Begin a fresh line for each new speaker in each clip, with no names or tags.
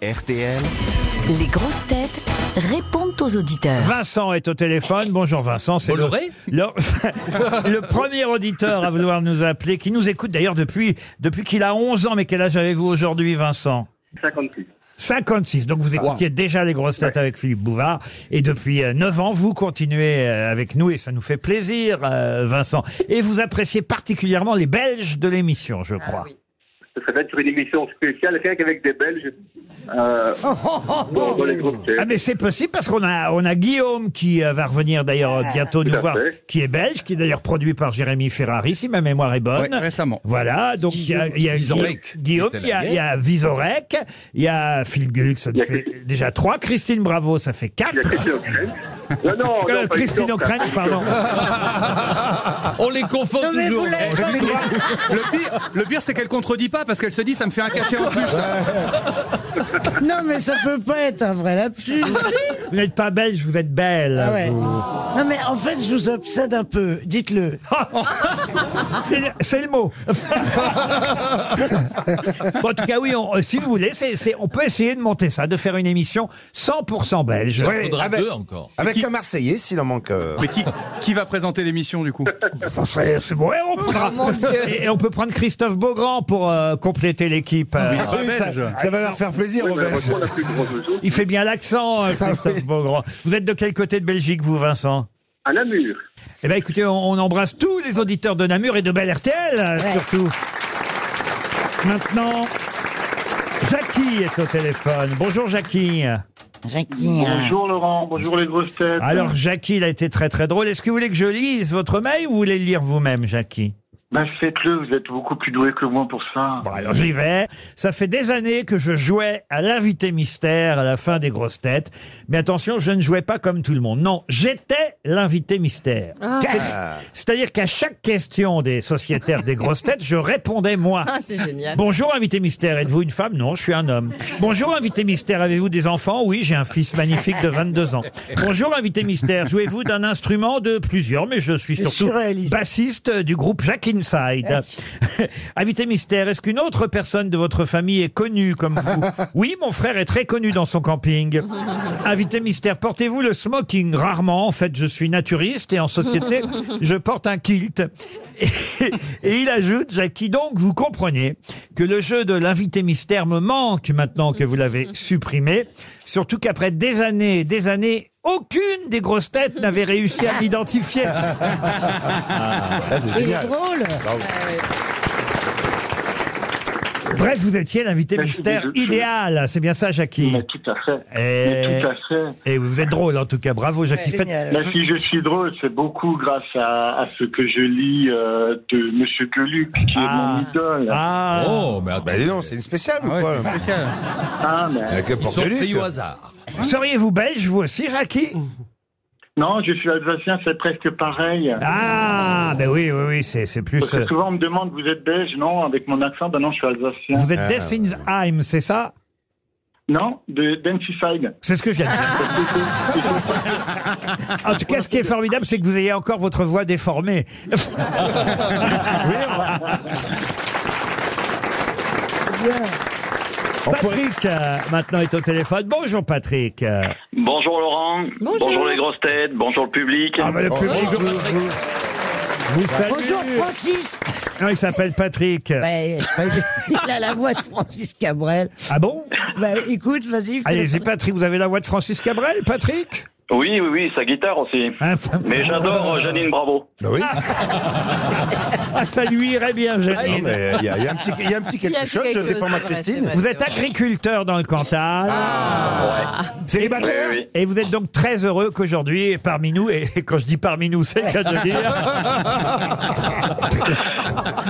RTL.
Les grosses têtes répondent aux auditeurs.
Vincent est au téléphone. Bonjour Vincent, c'est le,
Bolloré
le- le premier auditeur à vouloir nous appeler, qui nous écoute d'ailleurs depuis, depuis qu'il a 11 ans. Mais quel âge avez-vous aujourd'hui Vincent
56.
56. Donc vous écoutiez déjà les grosses têtes avec Philippe Bouvard. Et depuis euh, 9 ans, vous continuez euh, avec nous et ça nous fait plaisir euh, Vincent. Et vous appréciez particulièrement les Belges de l'émission, je crois.
Ce serait peut-être une émission spéciale, rien qu'avec des Belges euh, dans, dans les groupes.
Ah mais c'est possible parce qu'on a on a Guillaume qui euh, va revenir d'ailleurs euh, bientôt nous
à
voir,
fait.
qui est belge, qui est d'ailleurs produit par Jérémy Ferrari si ma mémoire est bonne.
Ouais, récemment.
Voilà, donc il y a, il y a
Vizorek.
Guillaume,
C'était
il y a,
la
il y a Vizorek, il y a Philippe Gueluc, ça
Il y a
fait
Christine.
déjà trois. Christine Bravo, ça fait
Il y a
quatre.
Christine O'Krent. Non, non, non,
Euh,
pas
Christine
Christophe,
O'Krent, pardon.
Ah,
On les confond toujours.
Le pire, le pire c'est qu'elle contredit pas parce qu'elle se dit ça me fait un cachet en plus.
Non, mais ça peut pas être un vrai lapsus.
Vous n'êtes pas belge, vous êtes belle.
Ah ouais.
vous.
Non, mais en fait, je vous obsède un peu. Dites-le.
C'est le- C'est le mot. Bon, en tout cas, oui, on- euh, si vous voulez, c'est c'est- on peut essayer de monter ça, de faire une émission 100% belge.
Il en faudra
avec,
deux encore.
avec un Marseillais, s'il en manque. euh,
Ah, ben. Mais qui, qui va présenter l'émission du coup
Ça serait- c'est bon. Et
Oh,
on, prendra- et, et on peut prendre Christophe Beaugrand pour euh, compléter l'équipe. euh.
Oui, ça-
Ça va leur faire plaisir,
Oui, mais
Robert.
heureusement, on a plus de grosses choses.
Il fait bien l'accent, euh, Christophe Beaugrand. Vous êtes de quel côté de Belgique, vous, Vincent
À Namur.
Eh bien, écoutez, on, on embrasse tous les auditeurs de Namur et de Belle RTL, euh, surtout. Maintenant, Jackie est au téléphone. Bonjour, Jackie.
Jackie. hein.
Bonjour Laurent, bonjour les grosses têtes.
Alors, Jackie, il a été très, très drôle. Est-ce que vous voulez que je lise votre mail ou vous voulez le lire vous-même, Jackie
Bah, faites-le, vous êtes beaucoup plus doué que moi pour ça.
Bon, alors j'y vais. Ça fait des années que je jouais à l'invité mystère à la fin des grosses têtes. Mais attention, je ne jouais pas comme tout le monde. Non, j'étais l'invité mystère.
Ah.
C'est- C'est-à-dire qu'à chaque question des sociétaires des grosses têtes, je répondais moi.
Ah, c'est génial.
Bonjour invité mystère, êtes-vous une femme Non, je suis un homme. Bonjour invité mystère, avez-vous des enfants Oui, j'ai un fils magnifique de 22 ans. Bonjour invité mystère, jouez-vous d'un instrument de plusieurs, mais je suis
C'est
surtout
surréaliste.
bassiste du groupe Jack Inside. invité mystère, est-ce qu'une autre personne de votre famille est connue comme vous Oui, mon frère est très connu dans son camping. invité mystère, portez-vous le smoking Rarement, en fait, je suis naturiste et en société, je porte un kilt. Et, et il ajoute, Jackie, donc vous comprenez que le jeu de l'invité mystère me manque maintenant que vous l'avez supprimé. Surtout qu'après des années et des années, aucune des grosses têtes n'avait réussi à m'identifier.
Ah, c'est
Il est
génial.
drôle.
Bref, vous étiez l'invité
Mais je-
mystère
je- je-
idéal. C'est bien ça, Jackie.
Mais tout à fait. Mais
Et,
tout à fait.
et vous êtes drôle en tout cas. Bravo, Jackie. Faites-
Génial.
Là, si je suis drôle, c'est beaucoup grâce à, à ce que je lis euh, de Monsieur Gueluc, qui
Ah.
est mon idole. Ah,
Ah,
Oh, mais
Bah dis donc, c'est une spéciale
Ah ouais,
ou
c'est
quoi
spécial.
Ah, mais...
Il y a que
Ils
pour
sont
Gueluc.
payés au hasard.
seriez-vous belge, vous aussi, Jackie
Non, je suis alsacien, c'est presque pareil.
Ah, ben oui, oui, oui, c'est c'est plus.
Parce que
euh,
souvent, on me demande, vous êtes belge Non, avec mon accent, ben non, je suis alsacien.
Vous êtes
Ah.
Dessinsheim, c'est ça
Non, de Densifide.
C'est ce que j'ai dit. En tout cas, ce qui est formidable, c'est que vous ayez encore votre voix déformée. Patrick, euh, maintenant, est au téléphone. Bonjour, Patrick. Euh,
Bonjour Laurent,
Bonjour. Bonjour les
grosses têtes, bonjour bah, le public.
ah, ben, le public
Bonjour, Patrick.
vous salue.
Bonjour, Francis.
Non, il s'appelle Patrick.
Ben, je croyais que- il a la voix de Francis Cabrel.
Ah bon
Ben, écoute, vas-y. fais-
Allez-y, Patrick, vous avez la voix de Francis Cabrel, Patrick
Oui, oui, oui, sa guitare aussi.
Hein, ça-
Mais
Euh,
j'adore Janine Bravo.
Bah oui,
Ah, ça lui irait bien,
Ah,
non,
Janine.
mais il y, a- il y a un petit, il y a un petit
Il y
quelque
a un petit
chose,
quelque
je
chose,
défends ma
c'est vrai,
Christine.
c'est vrai.
Vous êtes agriculteur dans le Cantal.
Célibataire
Oui, oui.
Et vous êtes donc très heureux qu'aujourd'hui, parmi nous, et quand je dis parmi nous, c'est le cas de dire.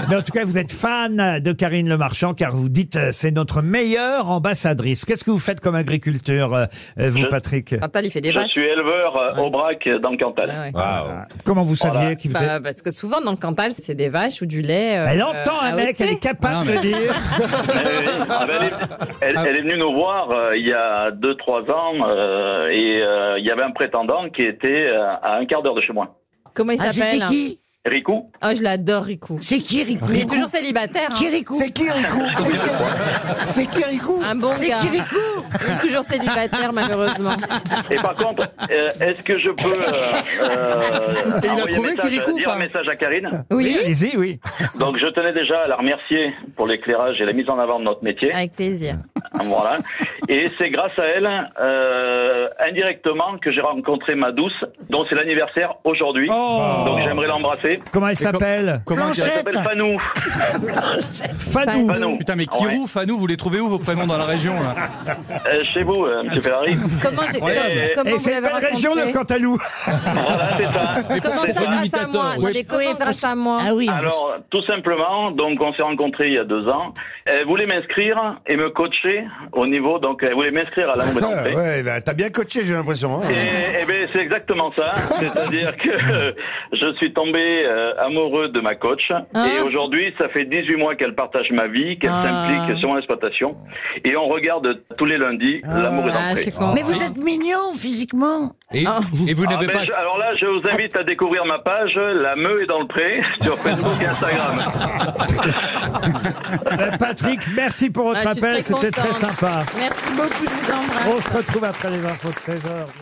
Mais en tout cas, vous êtes fan de Karine Le Marchand, car vous dites euh, c'est notre meilleure ambassadrice. Qu'est-ce que vous faites comme agriculture, euh, euh, vous,
Je-
Patrick
Chantal, il fait des
Je
vaches.
suis éleveur euh, au Brac euh, dans le Cantal.
Ah ouais.
Waouh.
Comment vous Ben saviez
Voilà.
qu'il faisait
Bah, parce que souvent dans le Cantal, c'est des vaches ou du lait. euh,
Elle entend un
bah,
à
mec,
hausser.
elle est
Ah,
capable de dire.
Euh,
Eh oui, oui. Ah ben, elle, est, elle- elle est venue nous voir euh, il y a 2-3 ans euh, et euh, il y avait un prétendant qui était euh, à un quart d'heure de chez moi.
Comment il
Ah, c'était
s'appelle hein
qui
Rico
Oh, je l'adore, Rico. C'est qui, Rico Il est toujours célibataire. Qui, Rico C'est qui, Rico C'est qui, Rico Un bon
C'est
gars.
qui,
Il est toujours célibataire, malheureusement.
Et par contre, euh, est-ce que je peux euh, euh,
Il a
envoyer un
trouvé
message, euh,
Kirikou,
dire
pas
un message à Karine
Oui.
Allez-y, oui.
Donc je tenais déjà à la remercier pour l'éclairage et la mise en avant de notre métier.
Avec plaisir.
Voilà. Et c'est grâce à elle, euh, indirectement, que j'ai rencontré ma douce, dont c'est l'anniversaire aujourd'hui.
Oh.
Donc j'aimerais l'embrasser.
Comment elle s'appelle
elle s'appelle Fanou.
Fanou.
Oh. Putain, mais Kirou, Fanou, vous les trouvez où vos prénoms dans la région là
Ah Euh, Chez vous, euh, monsieur Ferrari.
Comment j'ai-
Incroyable.
comme- comment
Et
vous
Eh, c'est
l'avez
pas la région,
rencontré
le
Cantalou.
eh, Voilà, c'est ça.
Comment ça, grâce à moi J'ai des copains grâce à moi. Ah oui.
Alors, tout simplement, donc on s'est rencontrés il y a deux ans. Elle voulait m'inscrire et me coacher au niveau, donc elle voulait m'inscrire à l'amour et en paix.
ouais, bah, t'as bien coaché, j'ai l'impression. hein.
Et, ben c'est exactement ça, c'est-à-dire que euh, je suis tombé euh, amoureux de ma coach
Ah.
et aujourd'hui ça fait 18 mois qu'elle partage ma vie, qu'elle
Ah.
s'implique sur mon exploitation et on regarde tous les lundis
Ah,
l'amour et en paix.
Mais vous êtes mignon physiquement.
Et,
Ah.
vous n'avez pas-
alors là, Ah, ben, je vous invite à découvrir ma page La Meu est dans le pré sur Facebook et Instagram.
Euh, Patrick, merci pour votre
Ah, je suis
appel,
très
c'était très
contente.
sympa.
Merci beaucoup, je vous embrasse.
On se retrouve après les infos de 16h.